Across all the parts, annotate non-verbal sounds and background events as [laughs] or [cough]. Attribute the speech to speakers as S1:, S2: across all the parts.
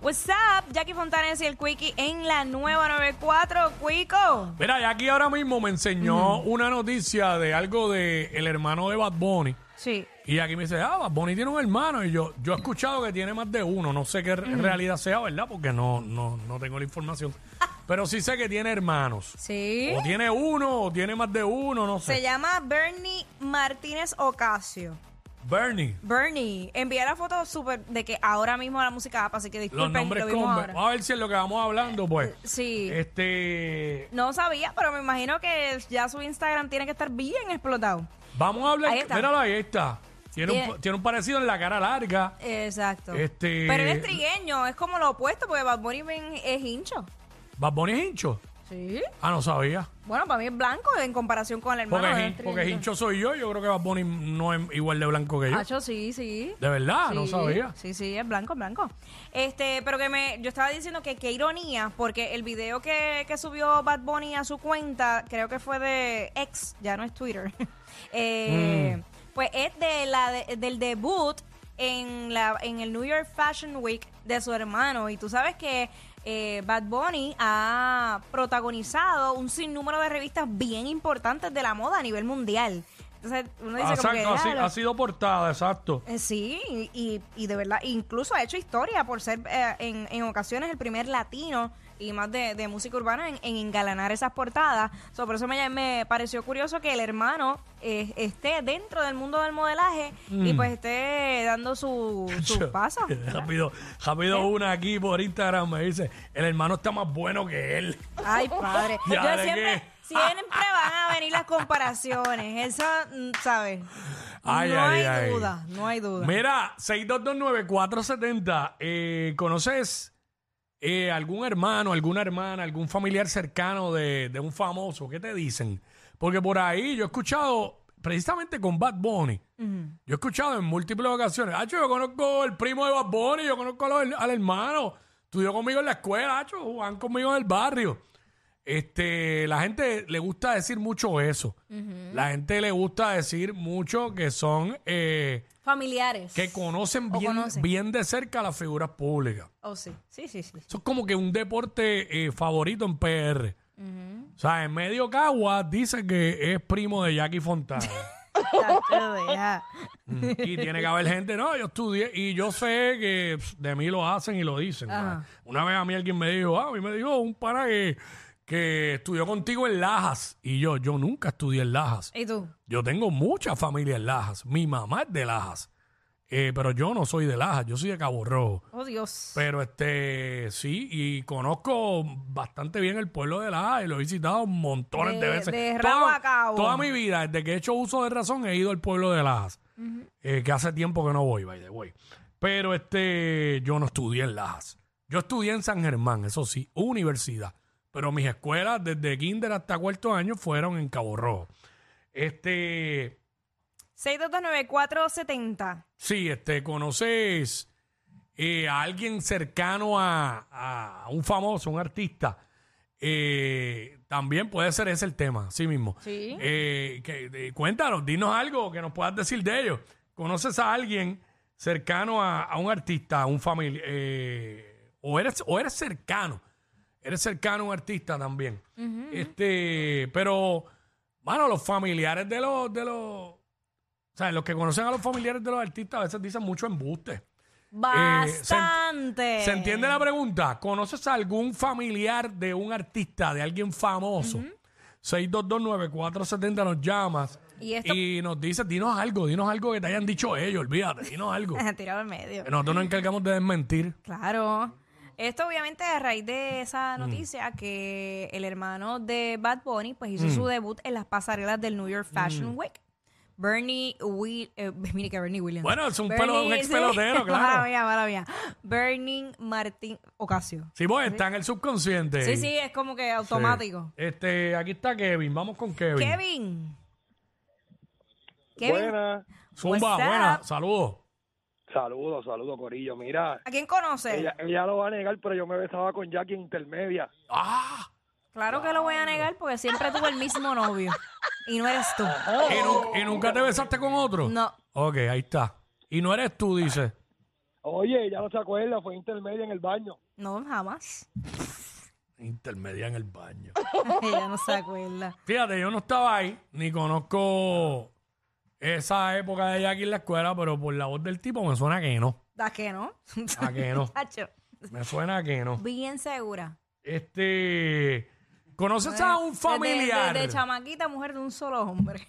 S1: What's up, Jackie Fontanes y el Quickie en la nueva 94, Quico.
S2: Mira, y aquí ahora mismo me enseñó una noticia de algo de el hermano de Bad Bunny.
S1: Sí.
S2: Y aquí me dice, ah, Bad Bunny tiene un hermano. Y yo, yo he escuchado que tiene más de uno. No sé qué re- realidad sea, ¿verdad? Porque no, no, no tengo la información. Pero sí sé que tiene hermanos.
S1: Sí.
S2: O tiene uno, o tiene más de uno, no
S1: Se
S2: sé.
S1: llama Bernie Martínez Ocasio.
S2: Bernie.
S1: Bernie, envía la foto súper de que ahora mismo la música apa, así que
S2: Los
S1: disculpen,
S2: nombres
S1: lo
S2: con...
S1: vimos ahora.
S2: Vamos a ver si es lo que vamos hablando, pues.
S1: Sí.
S2: Este...
S1: No sabía, pero me imagino que ya su Instagram tiene que estar bien explotado.
S2: Vamos a hablar...
S1: Ahí está.
S2: Míralo, ahí está. Tiene,
S1: Bien.
S2: un, tiene un parecido en la cara larga.
S1: Exacto.
S2: Este-
S1: Pero él es trigueño, es como lo opuesto, porque Bad Bunny ven- es hincho.
S2: Bad Bunny es hincho.
S1: Sí.
S2: Ah, no sabía.
S1: Bueno, para mí es blanco en comparación con el hermano. él
S2: Porque,
S1: es
S2: hin- porque
S1: trigueño.
S2: hincho soy yo, yo creo que Bad Bunny no es igual de blanco que yo.
S1: Hacho, sí, sí.
S2: De verdad, no
S1: Sí,
S2: sabía.
S1: Sí, sí, es blanco, blanco. Este, pero que me, yo estaba diciendo que qué ironía, porque el video que, que subió Bad Bunny a su cuenta, creo que fue de ex, ya no es Twitter. [laughs] Eh,
S2: Mm.
S1: Pues es de la de- del debut en la en el New York Fashion Week de su hermano. Y tú sabes que eh, Bad Bunny ha protagonizado un sinnúmero de revistas bien importantes de la moda a nivel mundial. Entonces, uno dice como que,
S2: Exacto, así-
S1: "Ah, lo-
S2: ha sido portada, exacto.
S1: eh, Sí, y, y de verdad, incluso ha hecho historia por ser eh, en, en ocasiones el primer latino y más de, de música urbana en, en engalanar esas portadas. So, por eso me, me pareció curioso que el hermano eh, esté dentro del mundo del modelaje
S2: Mm.
S1: y pues esté dando
S2: [laughs]
S1: su, su paso.
S2: rápido, rápido
S1: ¿Eh?
S2: una aquí por Instagram me dice, el hermano está más bueno que él.
S1: Ay, padre. Yo
S2: Ya, ¿de
S1: siempre,
S2: qué?
S1: siempre van a venir las comparaciones. Eso, mm, ¿sabes?
S2: Ay,
S1: no
S2: ay,
S1: hay
S2: ay.
S1: duda, no hay duda.
S2: Mira, 6229470, eh, ¿conoces eh, algún hermano, alguna hermana, algún familiar cercano de, de un famoso? ¿Qué te dicen? Porque por ahí yo he escuchado, precisamente con Bad Bunny, yo he escuchado en múltiples ocasiones, Hacho, yo conozco el primo de Bad Bunny, yo conozco a los her- al hermano, estudió conmigo en la escuela, Hacho, jugaban conmigo en el barrio. Este, la gente le gusta decir mucho eso. La gente le gusta decir mucho que son... eh,
S1: Familiares.
S2: que conocen
S1: O
S2: bien,
S1: conocen.
S2: bien de cerca a las figuras públicas.
S1: Oh, sí. Sí, sí, sí.
S2: Eso es como que un deporte eh, favorito en PR. O sea, en medio Cagua dice que es primo de
S1: [laughs]
S2: Jackie Fontana.
S1: Tacho, deja.
S2: Mm. y tiene que haber gente, no, yo estudié y yo sé que pf, de mí lo hacen y lo dicen.
S1: Ajá.
S2: Una vez a mí alguien me dijo, ah, a mí me dijo un pana que, que estudió contigo en Lajas. Y yo, yo nunca estudié en Lajas.
S1: ¿Y tú?
S2: Yo tengo mucha familia en Lajas. Mi mamá es de Lajas. Eh, pero yo no soy de Lajas, yo soy de Cabo Rojo.
S1: Oh, Dios.
S2: Pero este, sí, y conozco bastante bien el pueblo de La y lo he visitado montones de,
S1: De-
S2: veces.
S1: de
S2: toda,
S1: rabo a cabo.
S2: toda mi vida, desde que he hecho uso de razón, he ido al pueblo de Lajas. Eh, que hace tiempo que no voy, by the way. Pero este, yo no estudié en Lajas. Yo estudié en San Germán, eso sí, universidad. Pero mis escuelas, desde kinder hasta cuarto año, fueron en Cabo Rojo. Este,
S1: 6229470.
S2: Sí, este, conoces eh, a alguien cercano a, a un famoso, un artista. Eh, también puede ser ese el tema, sí mismo.
S1: Sí.
S2: Eh, que, de- cuéntanos, dinos algo que nos puedas decir de ellos. ¿Conoces a alguien cercano a, a un artista, a un familiar? o, eres, o eres cercano. Eres cercano a un artista también. Este, pero, bueno, los familiares de los, de los o sea, los que conocen a los familiares de los artistas a veces dicen mucho embuste.
S1: Bastante.
S2: ¿Se
S1: Eh. [laughs]
S2: entiende la pregunta? ¿Conoces a algún familiar de un artista, de alguien famoso? 6229470 nos llamas
S1: Y esto-
S2: y nos dices, dinos algo, dinos algo que te hayan dicho ellos, olvídate,
S1: [laughs]
S2: dinos algo.
S1: Tirado al medio.
S2: Que Nosotros nos encargamos de desmentir.
S1: Claro. Esto obviamente a raíz de
S2: Mm.
S1: esa noticia que el hermano de Bad Bunny pues
S2: Mm.
S1: hizo su debut en las pasarelas del New York Fashion Week. Bernie Will, eh, mire que Bernie Williams.
S2: Bueno, es un
S1: Bernie-
S2: pelo- un ex
S1: sí. [laughs]
S2: pelotero, claro.
S1: Mala mía, mala mía. Bernie Martín Ocasio.
S2: Sí, pues está en el subconsciente.
S1: Sí, sí, es como que
S2: Sí.
S1: automático.
S2: Este, aquí está Kevin, vamos con Kevin.
S1: Kevin.
S3: Buenas.
S2: Zumba,
S1: What's
S2: buena,
S1: up?
S2: saludos.
S3: Saludos, saludos, Corillo. Mira,
S1: ¿A quién conoces?
S3: ella, ella lo va a negar, pero yo me besaba con Jackie intermedia.
S2: ¡Ah!
S1: Claro que lo voy a negar porque siempre tuve el mismo novio. Y no eres tú.
S2: Oh. ¿Y, nu- y nunca te besaste con otro?
S1: No.
S2: Ok, ahí está. Y no eres tú, dice.
S3: Oye, ya no se acuerda, fue intermedia en el baño.
S1: No, jamás. [laughs]
S2: Intermedia en el baño.
S1: Ella no se acuerda.
S2: Fíjate, yo no estaba ahí, ni conozco esa época de Jackie en la escuela, pero por la voz del tipo me suena que no.
S1: ¿A qué no? [laughs]
S2: A que no.
S1: Tacho,
S2: Me suena que no.
S1: Bien segura.
S2: Este. ¿Conoces a un
S1: Desde-
S2: familiar?
S1: Desde, chamaquita, mujer de un solo hombre.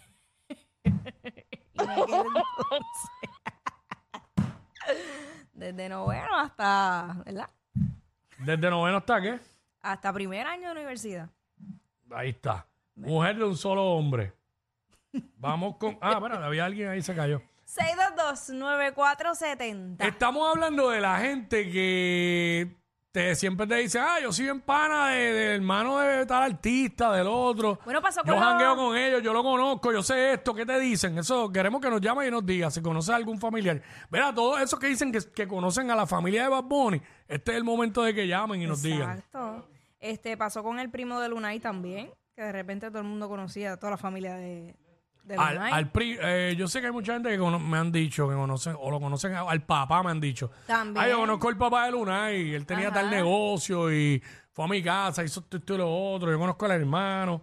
S1: [laughs] Y me quedé entonces. [laughs] desde noveno hasta, ¿verdad?
S2: Desde noveno hasta qué?
S1: Hasta primer año de universidad.
S2: Ahí está. Mujer de un solo hombre. Vamos con. Ah, espera, había alguien ahí, se cayó.
S1: 622-9470.
S2: Estamos hablando de la gente que te, siempre te dice, ah, yo soy bien pana de- del hermano de tal artista, del otro.
S1: Bueno, pasó con
S2: Yo
S1: los-
S2: jangueo con ellos, yo lo conozco, yo sé esto, ¿qué te dicen? Eso queremos que nos llame y nos diga si conoces a algún familiar. Verá, todos esos que dicen que, que conocen a la familia de Bad Bunny, este es el momento de que llamen y nos digan.
S1: Exacto. Este, pasó con el primo de Lunay también, que de repente todo el mundo conocía a toda la familia de, de
S2: Al,
S1: Lunay.
S2: al pri- eh, yo sé que hay mucha gente que cono- me han dicho que conocen, o lo conocen, a- al papá me han dicho.
S1: También.
S2: Ah, yo conozco al papá de Luna y él tenía
S1: Ajá.
S2: tal negocio y fue a mi casa, hizo esto, esto y lo otro. Yo conozco al hermano.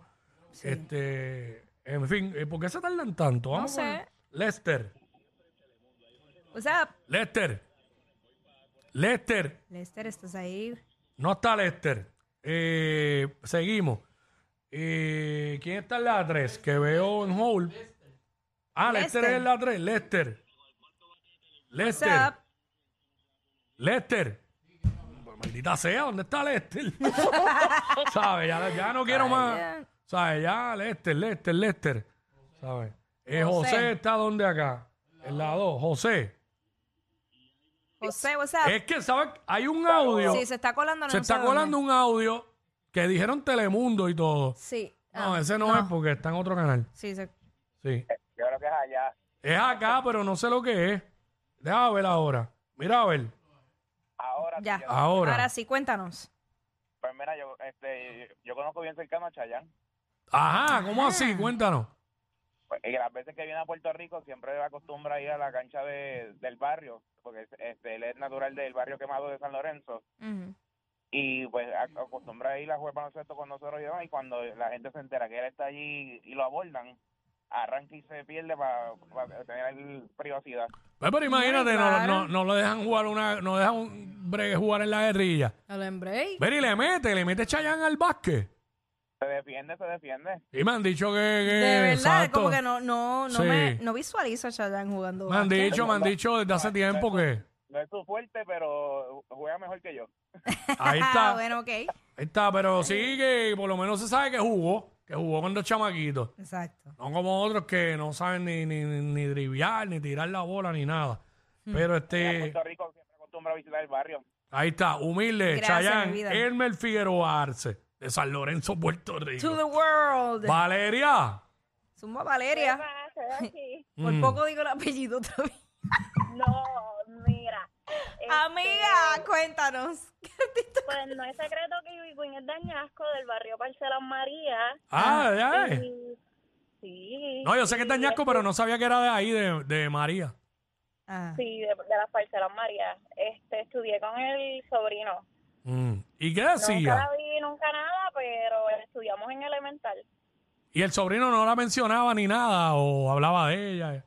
S2: Este, en fin, eh, ¿por qué se tardan tanto? Vamos con
S1: sé.
S2: Lester.
S1: O sea,
S2: Lester. Lester.
S1: Lester, estás ahí.
S2: No está Lester. Eh, seguimos. Eh, ¿Quién está en la 3? Que veo en Hall. Ah, Lester,
S1: Lester.
S2: es en la 3. Lester.
S1: O
S2: Lester.
S1: sea,
S2: Lester. Pues, Maldita sea, ¿dónde
S1: [laughs]
S2: está Lester? ¿Sabes? Ya, ya no quiero más.
S1: ya.
S2: ¿Sabes? Ya, Lester, Lester, Lester. ¿Sabes? Eh, José.
S1: José.
S2: está donde acá. En la 2. José.
S1: José, o sea,
S2: Es que, ¿sabes? Hay un audio.
S1: sí, se está colando. no
S2: se
S1: sé
S2: está
S1: dónde.
S2: colando un audio que dijeron Telemundo y todo.
S1: Sí.
S2: No,
S1: Ah,
S2: ese no, es porque está en otro canal.
S1: Sí, se-
S2: Sí.
S3: Eh, Yo creo que es allá.
S2: Es acá, pero no sé lo que es. Déjame ver ahora. Mira a ver.
S4: Ahora,
S1: ya.
S2: Ahora.
S1: Ahora sí, cuéntanos.
S4: pues mira, yo, este, yo, yo conozco bien cercano a Chayán.
S2: Ajá, ¿cómo así? Cuéntanos.
S4: Pues, y las veces que viene a Puerto Rico siempre acostumbra ir a la cancha de, del barrio, porque es- este, él es natural del barrio quemado de San Lorenzo.
S1: Ujú.
S4: Y pues a- acostumbra ir a jugar baloncesto con nosotros y demás. Y cuando la gente se entera que él está allí y lo abordan, arranca y se pierde para tener privacidad.
S2: Pues, pero imagínate,
S1: Muy
S2: no,
S1: raro.
S2: no, no lo dejan jugar una, no dejan un break jugar en la guerrilla.
S1: A lo embrace.
S2: Ver y le mete, le mete Chayán al básquet.
S4: Se defiende, se defiende.
S2: Y me han dicho que, que-
S1: De verdad,
S2: exacto.
S1: como que no, no, no
S2: Sí.
S1: me no visualizo a Chayanne jugando.
S2: Me han
S1: básquet.
S2: dicho, me han dicho desde hace tiempo que
S4: No es su fuerte, pero juega mejor que yo.
S1: [laughs]
S2: ahí
S1: Ah,
S2: está, ahí
S1: bueno, ok.
S2: está, pero sí que por lo menos se sabe que jugó, que jugó con dos chamaquitos.
S1: Exacto.
S2: No como otros que no saben ni, ni, ni, ni driviar, ni tirar la bola, ni nada. Pero este,
S4: Puerto Rico siempre acostumbra visitar el barrio.
S2: ahí está, humilde,
S1: Gracias,
S2: Chayán,
S1: mi vida.
S2: Elmer Figueroa Arce, de San Lorenzo, Puerto
S1: To
S2: Rico.
S1: the world.
S2: Valeria. Ah,
S1: Suma Valeria.
S5: aquí?
S1: Por
S2: Mm.
S1: poco digo el apellido [laughs] otra vez.
S5: No, mira. este,
S1: Amiga, cuéntanos. [laughs]
S5: Pues no es secreto que Ibicuín es dañasco del barrio Parcelas María.
S2: Ah, ya es.
S5: Y- Sí.
S2: No, yo sé que
S5: y
S2: está ñasco,
S5: es-
S2: pero no sabía que era de ahí, de, de María.
S1: Ah.
S5: Sí, de, de las Parcelas María. Este, estudié con el sobrino.
S2: Mm. ¿Y qué
S5: Nunca
S2: decía?
S5: la vi, nunca nada, pero estudiamos en elemental.
S2: Y el sobrino no la mencionaba ni nada, o hablaba de ella.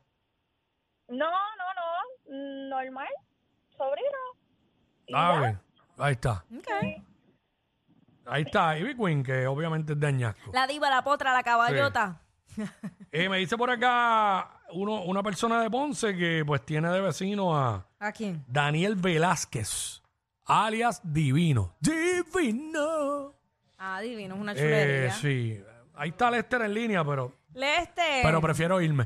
S5: No, no, no. Normal. Sobrino. y
S2: Ah,
S5: ya.
S2: ve. Ahí está.
S1: Ok.
S2: Ahí está. Ivy Queen, que obviamente es de ñasco.
S1: La diva, la potra, la caballota.
S2: Eh, me dice por acá uno, una persona de Ponce que pues tiene de vecino a
S1: ¿A quién?
S2: Daniel Velázquez, alias Divino. Divino.
S1: Ah, divino, es una
S2: Eh,
S1: chulería.
S2: sí. Ahí está Lester en línea, pero,
S1: Leste.
S2: pero prefiero irme.